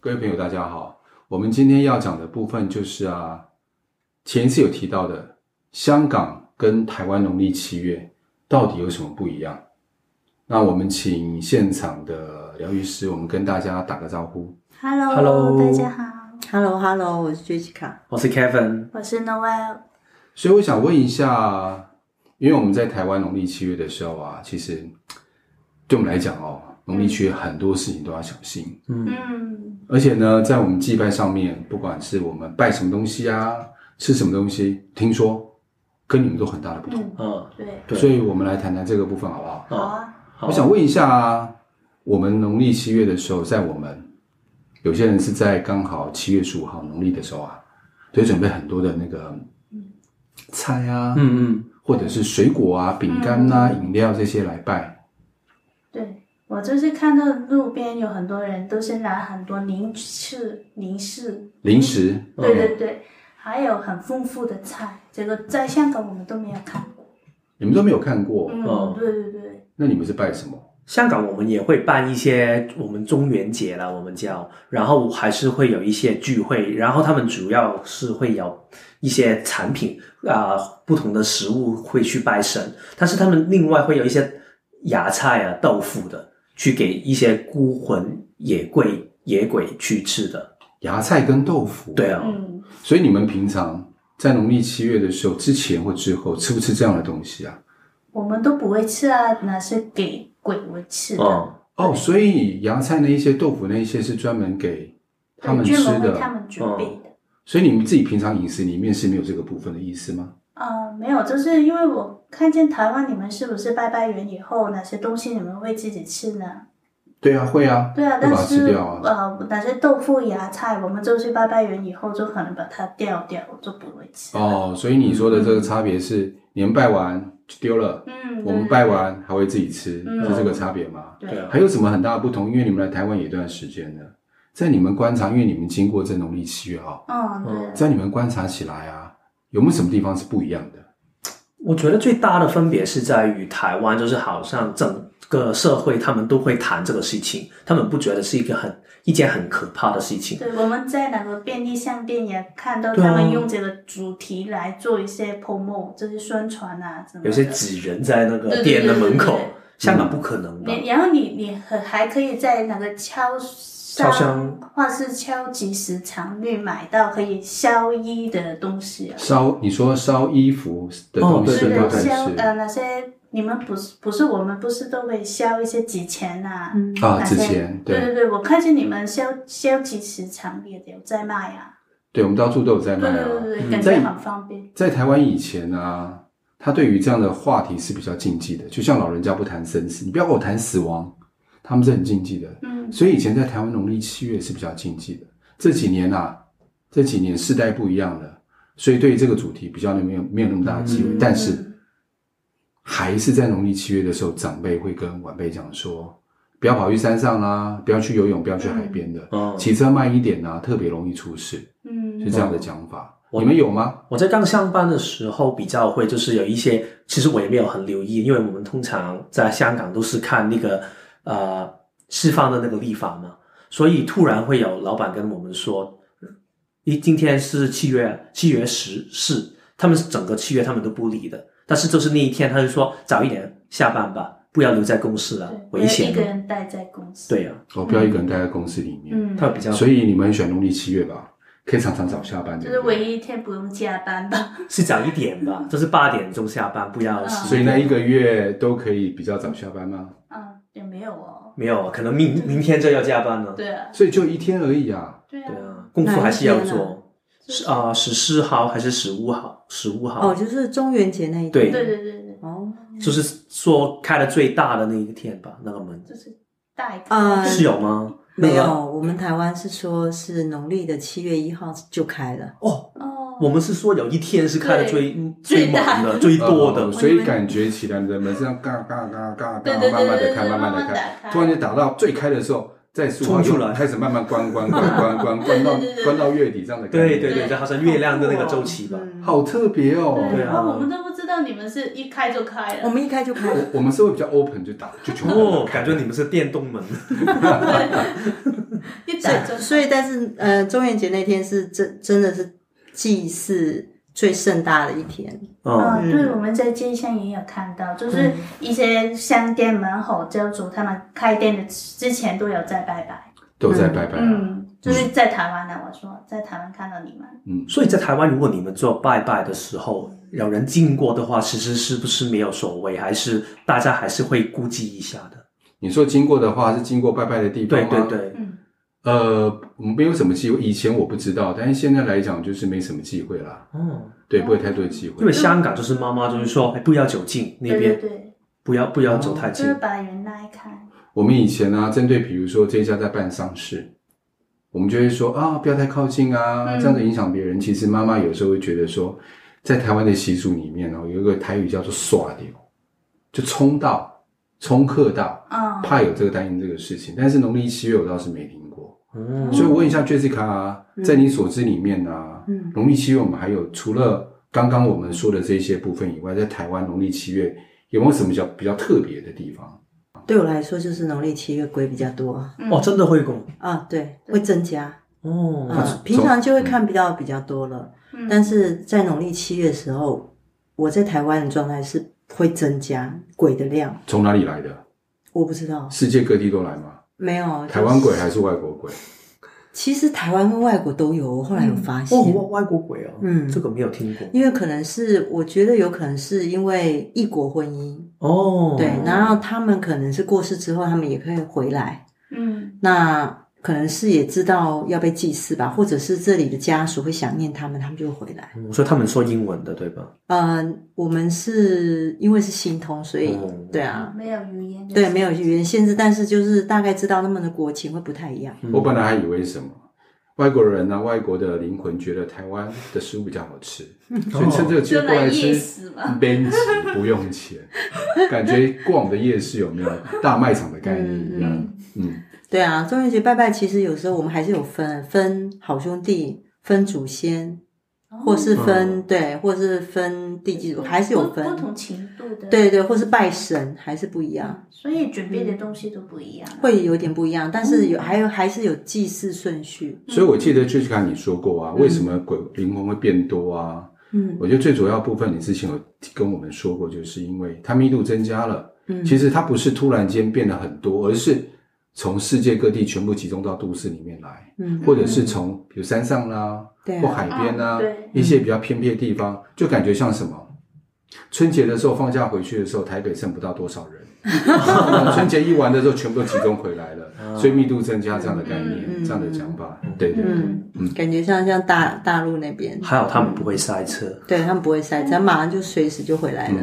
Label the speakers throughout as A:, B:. A: 各位朋友，大家好。我们今天要讲的部分就是啊，前一次有提到的，香港跟台湾农历七月到底有什么不一样？那我们请现场的疗愈师，我们跟大家打个招呼。
B: Hello，,
C: Hello
B: 大家好，
C: Hello Hello，我是 Jessica。
D: 我是 Kevin，
B: 我是 Noel。
A: 所以我想问一下，因为我们在台湾农历七月的时候啊，其实对我们来讲哦，农历七月很多事情都要小心。
D: 嗯，
B: 嗯
A: 而且呢，在我们祭拜上面，不管是我们拜什么东西啊，吃什么东西，听说跟你们都很大的不同，
B: 嗯，
D: 嗯，
B: 对，
D: 对
A: 所以我们来谈谈这个部分好不好？
C: 哦
B: 好啊，
D: 好，
A: 我想问一下啊，我们农历七月的时候，在我们有些人是在刚好七月十五号农历的时候啊，就准备很多的那个菜啊，
D: 嗯
A: 或者是水果啊、饼干呐、饮料这些来拜。
B: 对我就是看到路边有很多人都是拿很多零食、零食，
A: 零食，
D: 嗯
B: 对对对，还有很丰富的菜，这个在香港我们都没有看过。
A: 你们都没有看过，
B: 嗯，
D: 哦
B: 对对对，
A: 那你们是拜什么？
D: 嗯，香港我们也会办一些我们中元节啦，我们叫，然后还是会有一些聚会，然后他们主要是会有一些产品啊、不同的食物会去拜神，但是他们另外会有一些芽菜啊、豆腐的，去给一些孤魂野鬼野鬼去吃的，
A: 芽菜跟豆腐。
D: 对啊，
B: 嗯，
A: 所以你们平常在农历七月的时候，之前或之后吃不吃这样的东西啊？
B: 我们都不会吃啊，那是给鬼们吃的。
D: 嗯，
A: 哦，所以芽菜那一些、豆腐那一些是专门给他们
B: 对
A: 吃
B: 专门为他
A: 的。
B: 们准备
C: 哦
B: 的。
A: 所以你们自己平常饮食里面是没有这个部分的意思吗？
B: 啊、没有，就是因为我看见台湾你们是不是拜拜完以后，哪些东西你们会自己吃呢？
A: 对啊，会啊，
B: 对啊，
A: 会
B: 但
A: 把它吃
B: 是
A: 掉啊。
B: 呃，哪些豆腐、芽菜，我们就是拜拜完以后就可能把它掉掉，就不会吃。，
A: 哦，所以你说的这个差别是，你们拜完就丢了，
B: 嗯，
A: 我们
B: 对
A: 拜，完还会自己吃，
B: 嗯
A: 是这个差别吗？
B: 对
D: 对啊
A: 还有什么很大的不同？因为你们来台湾也一段时间了，在你们观察，因为你们经过这农历七月啊、
B: 嗯，
D: 嗯
B: 对，
A: 在你们观察起来啊，有没有什么地方是不一样的？
D: 我觉得最大的分别是在于台湾，就是好像整个社会他们都会谈这个事情，他们不觉得是一个很一件很可怕的事情。
B: 对，我们在哪个便利商店也看到
D: 对啊
B: 他们用这个主题来做一些 promo，就是宣传啊什么的。
D: 有些纸人在那
B: 对
D: 个
B: 对
D: 店的门口
B: 对对对，
D: 香港不可能的。
B: 你然后你你还还可以在哪个超
D: 超
B: 商
D: 商
B: 或是超级市场里买到可以消衣的东西啊。
A: 烧，你说烧衣服的东
D: 对
A: 西
B: 是
D: 哦对
A: 都
B: 的，
A: 很
D: 对
A: 吃
B: 消呃那些你们不是不是我们不是都会消一些纸钱呐？
C: 嗯
A: 啊，
B: 哪
A: 之
B: 些
A: 前
B: 对
A: 对
B: 对对，我看见你们消消集市场也有在卖啊。
A: 对，我们到处都有在
B: 对
A: 卖
B: 对
A: 啊。
B: 对对，
D: 嗯
B: 感
A: 在
B: 觉很方便。
A: 在台湾以前啊，他对于这样的话题是比较禁忌的，就像老人家不谈生死，你不要跟我谈死亡，他们是很禁忌的。
B: 嗯，
A: 所以以前在台湾农历七月是比较禁忌的。这几年啊，这几年世代不一样了，所以对于这个主题比较没有没有那么大的机会，
B: 嗯
A: 但是。还是在农历七月的时候，长辈会跟晚辈讲说，不要跑去山上啦、不要去游泳，不要去海边的，
D: 嗯，
A: 骑车慢一点啊，特别容易出事，
B: 嗯哦
A: 是这样的讲法。
D: 嗯
A: 你们有吗？
D: 我在刚上班的时候比较会，就是有一些，其实我也没有很留意，因为我们通常在香港都是看那个呃释放的那个立法嘛，所以突然会有老板跟我们说，咦，今天是七月七月十四，他们整个七月他们都不理的，但是就是那一天他就说早一点下班吧，不要留在公司了，
B: 对，
D: 危
B: 不要
D: 险
B: 一个
D: 了。
B: 人待在公司。
D: 对呀、啊
A: 我哦不要一个人待在公司里面，
B: 嗯，
D: 他比较
A: 所以你们很喜欢农历七月吧？可以常常早下班，
B: 就
A: 对
B: 是
A: 不对
B: 唯一一天不用加班吧？
D: 是早一点吧，就是八点钟下班，不要11
B: 嗯
A: 所以那一个月都可以比较早下班吗？
B: 嗯，也没有哦。
D: 没有，啊可能明明天就要加班了。
B: 对啊，
A: 所以就一天而已啊。
B: 对
D: 对啊，
B: 啊，
D: 功夫还是要
C: 哪一天
D: 做。是啊，十四号还是十五号？十五号
C: 哦，就是中元节那一天。
D: 对
B: 对对对对，
C: 哦，
D: 就是说开的最大的那一天吧，那个门
B: 就是带
C: 啊嗯
D: 是哦有吗？
C: 没
D: 那个
C: 有，我们台湾是说是农历的七月一号就开了。
D: 哦，
B: 哦，
D: 我们是说有一天是开的最
B: 最
D: 猛
B: 大
D: 的、最多的
A: 呃，所以感觉起来你的门是这样嘎嘎嘎嘎嘎，
B: 对对对
A: 慢慢
B: 对
A: 的
B: 对
A: 开，
B: 对
A: 慢慢
B: 慢
A: 的
B: 慢打
A: 开，
B: 开
A: 突然间打到最开的时候，在苏杭
D: 冲出
A: 又
D: 来
A: 开始慢慢关关关关关关到
B: 对对对
A: 关到月底这样的感觉。
D: 对对对，就好像月亮的那个周期吧。
C: 嗯
A: 好特别哦。
B: 对，
D: 对啊
B: 然后我们都不知道你们是一开就开了，
C: 我们一开就开了，
A: 我我们是会比较 open 就打就全部
D: 哦，
A: 都打
D: 感觉你们是电动门，
B: 一打就开嗯
C: 所以但是呃，中元节那天是真真的是祭祀最盛大的一天，
D: 嗯，
B: 嗯，对，我们在街上也有看到，就是一些商店门口教主他们开店的之前都有在拜拜。
A: 都在拜拜啊。
B: 嗯，就是在台湾呢，我说在台湾看到你们，
D: 所以在台湾，如果你们做拜拜的时候有人经过的话，其实是不是没有所谓，还是大家还是会估计一下的？
A: 你说经过的话是经过拜拜的地方
D: 对
A: 吗？
D: 对。对，
B: 嗯，
A: 呃，没有什么忌讳，以前我不知道，但是现在来讲就是没什么忌讳啦。
D: 哦，
A: 对，不会太多忌讳
D: 因为。香港就是妈妈就是说，哎，不要走近那
B: 对对
D: 边，
B: 对，
D: 不要不要走太
B: 就
D: 近
C: 哦
B: 是。把人拉开。
A: 我们以前呢、针对比如说这一家在办丧事，我们就会说啊，不要太靠近啊，
B: 嗯
A: 这样子影响别人。其实妈妈有时候会觉得说，在台湾的习俗里面哦，有一个台语叫做“耍流”，就冲到、冲客到，
B: 嗯，
A: 怕有这个担心这个事情。但是农历七月我倒是没听过，
D: 嗯
A: 所以我问一下 Jessica 啊，在你所知里面呢、啊，
C: 嗯
A: 农历七月我们还有除了刚刚我们说的这些部分以外，在台湾农历七月有没有什么比较比较特别的地方？
C: 对我来说就是农历七月龟比较多
B: 嗯
D: 哦，真的会供
C: 啊，对，会增加
D: 哦
C: 啊，平常就会看比较比较多了，
B: 嗯
C: 但是在农历七月的时候，我在台湾的状态是会增加鬼的量，
A: 从哪里来的？
C: 我不知道，
A: 世界各地都来吗？
C: 没有
A: 台湾鬼
C: 就是
A: 还是外国鬼？
C: 其实台湾跟外国都有，我后来有发现。
D: 哦，外外国鬼哦，
C: 嗯
D: 这个没有听过
C: 因为可能是，我觉得有可能是因为异国婚姻，
D: 哦，
C: 对，然后他们可能是过世之后，他们也可以回来，
B: 嗯
C: 那可能是也知道要被祭祀吧，或者是这里的家属会想念他们，他们就会回来。
D: 嗯所以他们说英文的对吧？
C: 嗯、我们是因为是心通，所以、
A: 哦
D: 嗯
C: 对啊，
B: 没有语言，
C: 对，没有语言限制，但是就是大概知道他们的国情会不太一样。
D: 嗯
A: 我本来还以为是什么外国人呢、外国的灵魂觉得台湾的食物比较好吃，所以趁这个机
B: 哦
A: 会
B: 就
A: 过
B: 来
A: 来
B: 夜
A: 吃。
B: 市嘛。
A: 编辑不用 钱，感觉逛我们的夜市有没有 大卖场的概念一样？
B: 嗯，
A: 嗯，
C: 对啊，中元节拜拜，其实有时候我们还是有分分好兄弟、分祖先，嗯
B: 哦
C: 或是分、
A: 嗯
C: 对，或是分地基组，还是有
B: 不不
C: 分。
B: 同程度的，，
C: 对对，或是拜神还是不一样，
B: 所以准备
D: 嗯
B: 的东西都不一样。啊
C: 会有点不一样，但是有还有还是有祭祀顺序。
A: 所以我记得 Jessica 你说过
B: 嗯
A: 啊，为什么鬼灵魂会变多啊？
C: 嗯
A: 我觉得最主要部分你之前有跟我们说过，就是因为它密度增加了，
C: 嗯，
A: 其实它不是突然间变得很多，而是从世界各地全部集中到都市里面来，
C: 嗯
A: 或者是从比如山上啦、
C: 对
A: 或
C: 啊，
A: 海边啦、
B: 嗯对
A: 一些比较偏僻的地方，就感觉像什么？春节的时候放假回去的时候，台北剩不到多少 人。春节一完的时候，全部都集中回来了，所以密度增加这样的概念，
C: 嗯嗯
A: 这样的讲法，对对对
C: 嗯，感觉像像大大陆那边，
D: 还好他们不会塞车。
C: 对他们不会塞车，马上就随时就回来了。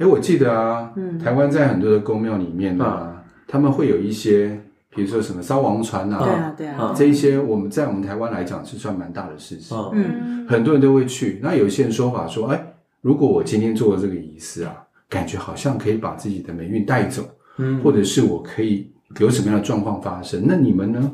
A: 哎，我记得啊，
C: 嗯
A: 台湾在很多的宫庙里面啊，他们会有一些，比如说什么烧王船
C: 对
A: 啊，
C: 啊，对
D: 嗯
C: 啊，
A: 这一些，我们在我们台湾来讲是算蛮大的事情，
D: 嗯，
C: 嗯
B: 嗯，
A: 很多人都会去。那有些人说法说，哎，如果我今天做了这个仪式啊，感觉好像可以把自己的霉运带走，
D: 嗯
A: 或者是我可以有什么样的状况发生？那你们呢？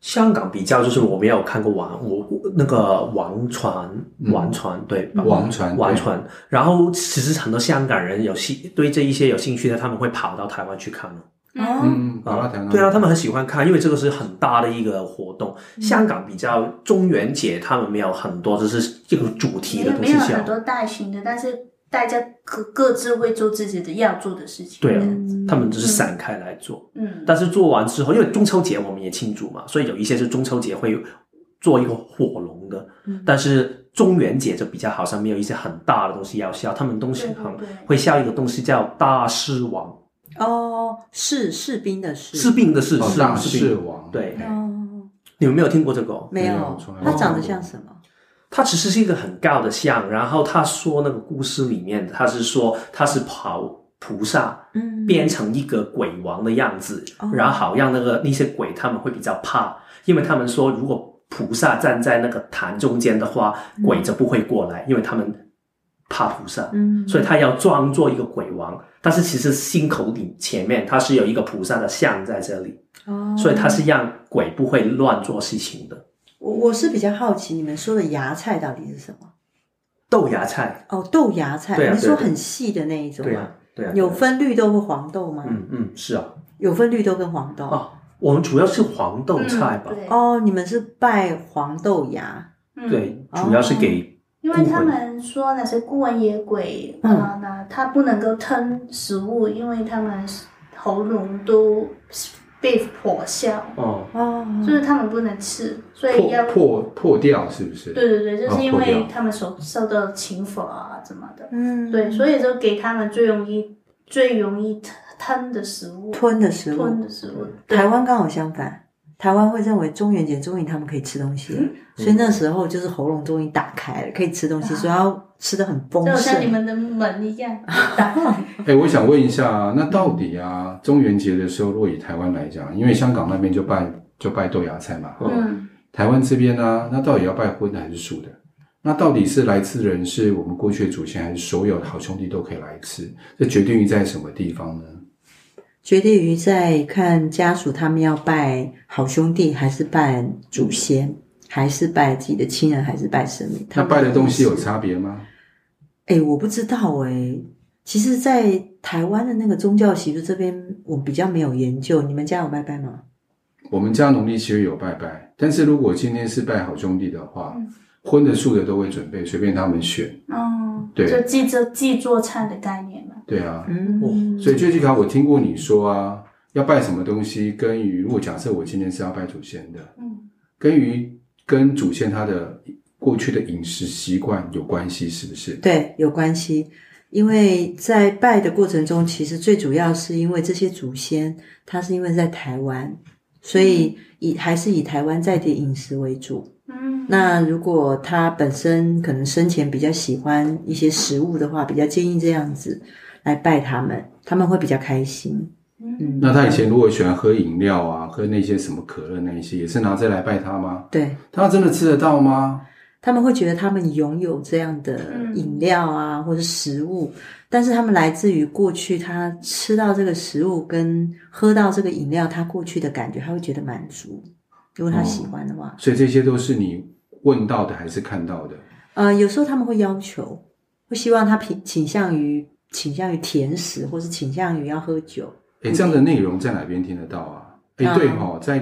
D: 香港比较就是我没有看过王，我我那个王船，王船对吧？
A: 嗯王船
D: 王
A: 对
D: 船。然后其实很多香港人有兴对这一些有兴趣的，他们会跑到台湾去看哦。
C: 哦，
A: 嗯，好了，谈
D: 对啊，他们很喜欢看，因为这个是很大的一个活动。
B: 嗯
D: 香港比较中元节，他们没有很多就是这个主题
B: 没
D: 的
B: 有
D: 东
B: 没
D: 西
B: 有
D: 像
B: 很多大型的，但是大家各各自会做自己的要做的事情。
D: 对啊
B: 嗯，
D: 他们只是散开来做。
B: 嗯，
D: 但是做完之后，因为中秋节我们也庆祝嘛，所以有一些是中秋节会做一个火龙的，
B: 嗯
D: 但是中元节就比较好像没有一些很大的东西要笑，他们东西
B: 对对
D: 很
B: 对
D: 会笑一个东西叫大狮王，
C: 哦，士士兵的士，
D: 士兵的士，
A: 哦
D: 士
A: 大
D: 士
A: 士
D: 兵。
A: 王
D: 对
B: 嗯
C: 哦，
D: 你们没有听过这个哦？
C: 没
A: 没有
C: 有
A: 从来，没
C: 它
A: 有
C: 长得
A: 过
C: 像什么？
D: 他其实是一个很高的像，然后他说那个故事里面，他是说他是跑菩萨。
C: 嗯
D: 变成一个鬼王的样子，
C: 哦
D: 然后好让那个那些鬼他们会比较怕，因为他们说如果菩萨站在那个坛中间的话，鬼就不会过来，因为他们怕菩萨，
C: 嗯
D: 所以他要装作一个鬼王，但是其实心口里前面他是有一个菩萨的像在这里，
C: 哦
D: 所以他是让鬼不会乱做事情的。
C: 我我是比较好奇你们说的芽菜到底是什么？
D: 豆芽菜，
C: 哦，豆芽菜，
D: 对啊
C: 你是
D: 对
C: 说
D: 啊对啊
C: 很细的那一种
D: 对
C: 吗
D: 啊？，对啊，
C: 有
D: 对啊，
C: 分绿豆或黄豆吗？
D: 嗯嗯，是啊，
C: 有分绿豆跟黄豆。
D: 哦，我们主要是黄豆菜吧，
B: 嗯对，
C: 哦，你们是拜黄豆芽，
B: 嗯，
D: 对，主要是给
B: 因为他们说那些孤魂野鬼，
C: 嗯
B: 呃，那他不能够吞食物，因为他们喉咙都被破消，
D: 哦，
C: 哦，
B: 就是他们不能吃，所以要
A: 破破破掉是不是？
B: 对对对，就是因
A: 哦破掉
B: 为他们受受到请佛啊怎么的，
C: 嗯，
B: 对，所以就给他们最容易最容易吞的食物，
C: 吞的食
B: 吞
C: 物，嗯
B: 的食物，对
C: 台湾刚好相反，台湾会认为中元节终于他们可以吃东西了，
D: 嗯
C: 所以那时候就是喉咙终于打开了，可以吃东
B: 啊
C: 西，所以要吃的很丰
B: 就好像你
C: 盛。
B: 们的门一样打开，
A: 哎，我想问一下啊，那到底啊，中元节的时候，若以台湾来讲，因为香港那边就拜就拜豆芽菜嘛，
B: 嗯，
A: 台湾这边呢、啊那到底要拜荤的还是素的？那到底是来自的人是我们过去的祖先，还是所有的好兄弟都可以来吃？这决定于在什么地方呢？
C: 决定于在看家属他们要拜好兄弟，还是拜祖先，还是拜自己的亲人，还是拜神明。他
A: 那
C: 们
A: 拜的东西有差别吗？
C: 哎，我不知道哎。其实，在台湾的那个宗教习俗这边，我比较没有研究。你们家有拜拜吗？
A: 我们家农历七月有拜拜，但是如果今天是拜好兄弟的话
B: 嗯，
A: 荤的素的都会准备，随便他们选。
B: 哦，
A: 对
B: 就记着记做菜的概念嘛，
A: 对啊，
C: 嗯，
A: 所以最近卡我听过你说啊，要拜什么东西，跟于如果假设我今天是要拜祖先的，
B: 嗯，
A: 跟于跟祖先他的过去的饮食习惯有关系，是不是？
C: 对，有关系。因为在拜的过程中，其实最主要是因为这些祖先，他是因为在台湾，所以以还是以台湾在地饮食为主。
B: 嗯，
C: 那如果他本身可能生前比较喜欢一些食物的话，比较建议这样子来拜他们，他们会比较开心。嗯，
A: 那他以前如果喜欢喝饮料啊，喝那些什么可乐那一些，也是拿这来拜他吗？
C: 对
A: 他真的吃得到吗？
C: 他们会觉得他们拥有这样的
B: 嗯
C: 饮料啊，或者食物，但是他们来自于过去他吃到这个食物跟喝到这个饮料，他过去的感觉，他会觉得满足。如果他喜欢的话，
A: 所以这些都是你问到的还是看到的？
C: 呃，有时候他们会要求，会希望他倾倾向于倾向于甜食，或是倾向于要喝酒。
A: 诶，这样的内容在哪边听得到啊？诶，
C: 嗯
A: 对哈、哦，在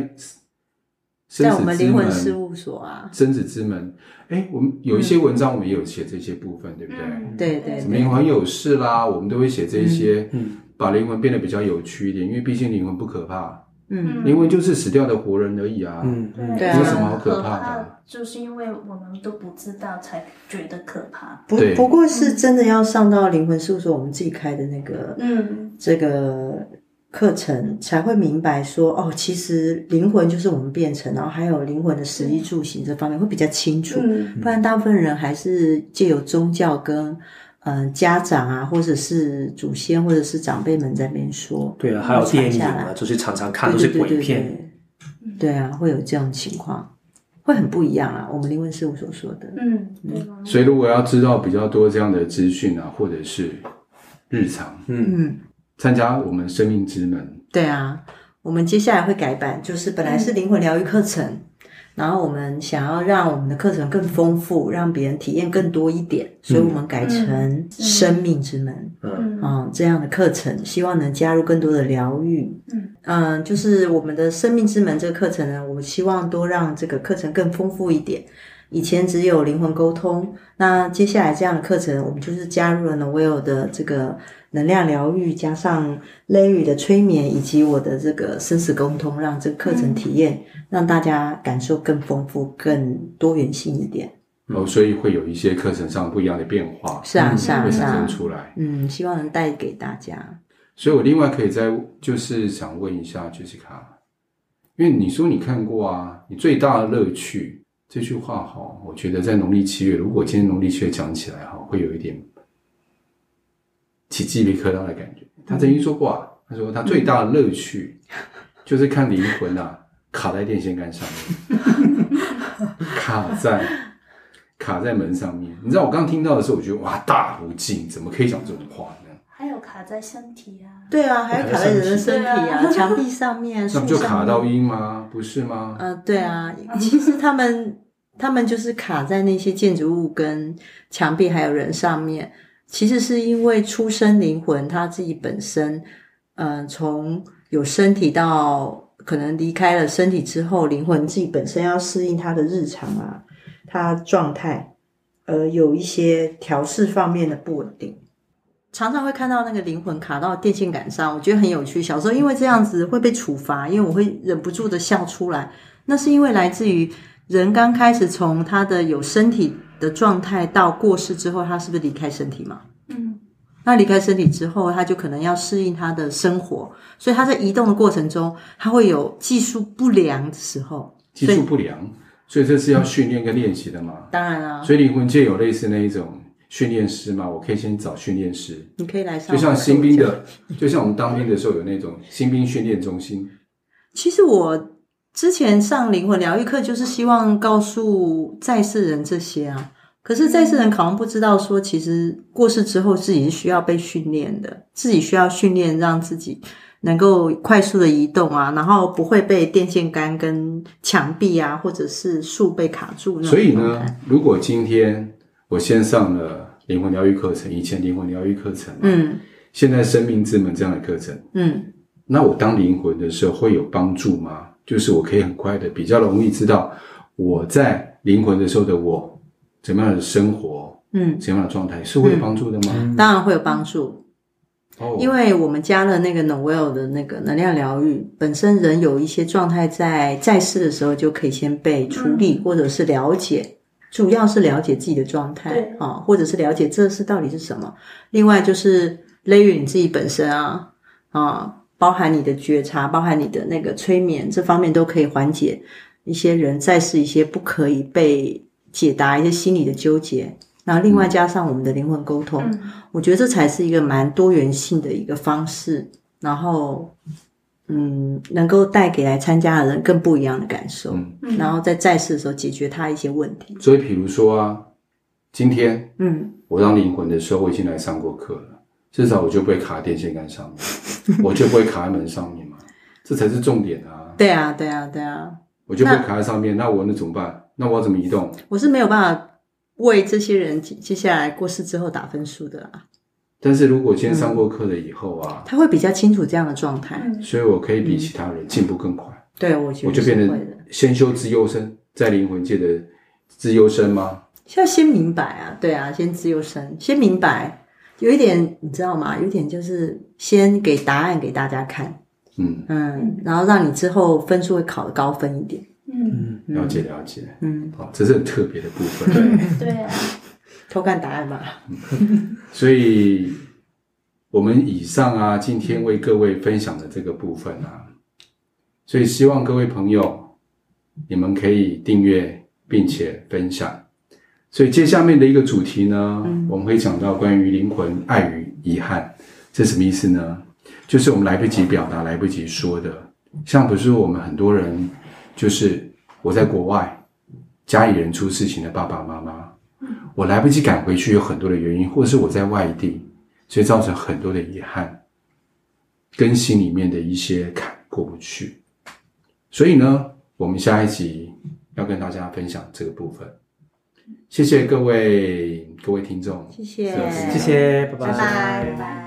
C: 在
A: 生
C: 我们
A: 死之
C: 灵
A: 门
C: 魂事务所啊，
A: 生子之门，哎，我们有一些文章我们也有写这些部分，对不对？
B: 嗯
C: 对对
A: 什么
C: 对
A: 灵魂有事啦，我们都会写这些，
D: 嗯
A: 把灵魂变得比较有趣一点，因为毕竟灵魂不可怕，
C: 嗯，
A: 灵魂就是死掉的活人而已啊。
D: 嗯嗯，
C: 对啊
A: 有什么好可怕的
B: 可怕就是因为我们都不知道，才觉得可怕。
C: 不
A: 对
C: 不过是真的要上到灵魂事务所，我们自己开的那个
B: 嗯，
C: 这个课程，才会明白说，哦，其实灵魂就是我们变成，然后还有灵魂的食衣住行这方面会比较清楚。
B: 嗯
C: 不然，大部分人还是借由宗教跟嗯、呃家长啊，或者是祖先，或者是长辈们在那边说，
D: 对啊，还有电影
C: 嗯传下
D: 啊，
C: 来
D: 就是常常看
C: 对
D: 都
C: 对
D: 是
C: 对
D: 鬼
C: 对
D: 片，
B: 嗯
C: 对，对啊，会有这种情况，会很不一样啊。我们灵魂事务所说的，
B: 嗯，对吗？
A: 所以如果要知道比较多这样的资讯啊，或者是日常，
D: 嗯
C: 嗯，
A: 参加我们生命之门，
C: 对啊，我们接下来会改版，就是本来是灵魂疗愈课程，然后我们想要让我们的课程更丰富，让别人体验更多一点，所以我们改成生命之门
D: 嗯
C: 啊、
B: 嗯，
C: 这样的课程，希望能加入更多的疗愈。
B: 嗯
C: 嗯，就是我们的生命之门这个课程呢，我希望多让这个课程更丰富一点。以前只有灵魂沟通，那接下来这样的课程，我们就是加入了 n o e l 的这个能量疗愈，加上 Larry 的催眠，以及我的这个生死沟通，让这个课程体验、让大家感受更丰富、更多元性一点。
A: 哦，所以会有一些课程上不一样的变化，
C: 嗯是啊，
D: 嗯
C: 是啊，
A: 会
C: 是
A: 产生
C: 啊，
A: 出来。
C: 嗯，希望能带给大家。
A: 所以我另外可以再就是想问一下 Jessica，因为你说你看过啊，你最大的乐趣这句话哈，我觉得在农历七月，如果今天农历七月讲起来哈，会有一点起鸡皮疙瘩的感觉。他曾经说过啊，他说他最大的乐趣就是看灵魂啊卡在电线杆上面，卡在卡在门上面。你知道我刚听到的时候，我觉得哇，大不敬，怎么可以讲这种话呢？
B: 还有卡在身体啊，
C: 对啊，还要卡在人的身体啊，墙壁上面、
A: 那
C: 树上
A: 不
C: 面
A: 就卡到音吗？不是吗？
C: 呃，对啊，其实他们他们就是卡在那些建筑物跟墙壁还有人上面，其实是因为出生灵魂他自己本身，呃，从有身体到可能离开了身体之后，灵魂自己本身要适应他的日常啊，他状态，呃，有一些调试方面的不稳定。常常会看到那个灵魂卡到电线杆上，我觉得很有趣。小时候因为这样子会被处罚，因为我会忍不住的笑出来。那是因为来自于人刚开始从他的有身体的状态到过世之后，他是不是离开身体嘛？
B: 嗯，
C: 那离开身体之后，他就可能要适应他的生活，所以他在移动的过程中，他会有技术不良的时候。
A: 技术不良，所以这是要训练跟练习的嘛。
C: 当然啊，
A: 所以灵魂界有类似那一种训练师嘛，我可以先找训练师，
C: 你可以来上
A: 就
C: 我
A: 像
C: 的
A: 新兵
C: 课
A: 的，就像我们当兵的时候有那种新兵训练中心，
C: 其实我之前上灵魂疗愈课，就是希望告诉在世人这些啊。可是在世
A: 嗯
C: 人可能不知道，说其实过世之后自己是需要被训练的，自己需要训练让自己能够快速的移动啊，然后不会被电线杆跟墙壁啊，或者是树被卡住那种
A: 所以
C: 状
A: 呢
C: 态，，
A: 如果今天我先上了灵魂疗愈课程，以前灵魂疗愈课程，，
C: 嗯
A: 现在生命之门这样的课程，
C: 嗯，
A: 那我当灵魂的时候会有帮助吗？就是我可以很快的，比较容易知道我在灵魂的时候的我怎么样的生活，
C: 嗯，
A: 怎么样的状态是会有帮助的吗？
D: 嗯
C: 当然会有帮助。
A: 哦，
C: 因为我们加了那个 Noel 的那个能量疗愈，本身人有一些状态在在世的时候就可以先被处理，或者是了解，主要是了解自己的状态
B: 对
C: 啊、或者是了解这是到底是什么。另外就是 l a y 你自己本身啊啊，包含你的觉察，包含你的那个催眠这方面都可以缓解一些人在世一些不可以被解答一些心理的纠结。然后另外加上我们的灵魂沟通，
B: 嗯，
C: 我觉得这才是一个蛮多元性的一个方式，然后，嗯，能够带给来参加的人更不一样的感受，
A: 嗯，
B: 嗯
C: 然后在在世的时候解决他一些问题。
A: 所以比如说啊，今天
C: 嗯，
A: 我当灵魂的时候，我已经来上过课了，至少我就不会卡在电线杆上面，我就不会卡在门上面嘛，这才是重点啊！
C: 对啊，对啊，对啊，
A: 我就不会卡在上面，那我那怎么办？那我要怎么移动？
C: 我是没有办法为这些人接接下来过世之后打分数的啦，
A: 但是如果今天上过课了以后啊，
C: 他会比较清楚这样的状态。
B: 嗯
A: 所以我可以比其他人进步更快，
C: 对，我觉
A: 我
C: 得
A: 就是变
C: 会
A: 得
C: 的，
A: 先修自优生，在灵魂界的自优生吗？
C: 要先明白啊，对啊，先自由身，先明白，有一点你知道吗？有一点就是先给答案给大家看。
A: 嗯，
C: 嗯，然后让你之后分数会考得高分一点。
B: 嗯，
D: 嗯，
A: 了解了解，
C: 嗯，
A: 好，这是很特别的部分，
B: 对啊，
C: 偷看答案吧。
A: 所以。我们以上啊，今天为各位分享的这个部分啊，所以希望各位朋友，你们可以订阅并且分享。所以接下面的一个主题呢，我们会讲到关于灵魂爱与遗憾，这什么意思呢？就是我们来不及表达、来不及说的。像不是我们很多人，就是我在国外，家里人出事情的爸爸妈妈，
C: 嗯
A: 我来不及赶回去，有很多的原因，或者是我在外地，所以造成很多的遗憾。跟心里面的一些坎过不去。所以呢，我们下一集要跟大家分享这个部分。谢谢各位各位听众，
C: 谢谢
A: 是啊是啊
D: 谢谢，拜
B: 拜拜拜拜。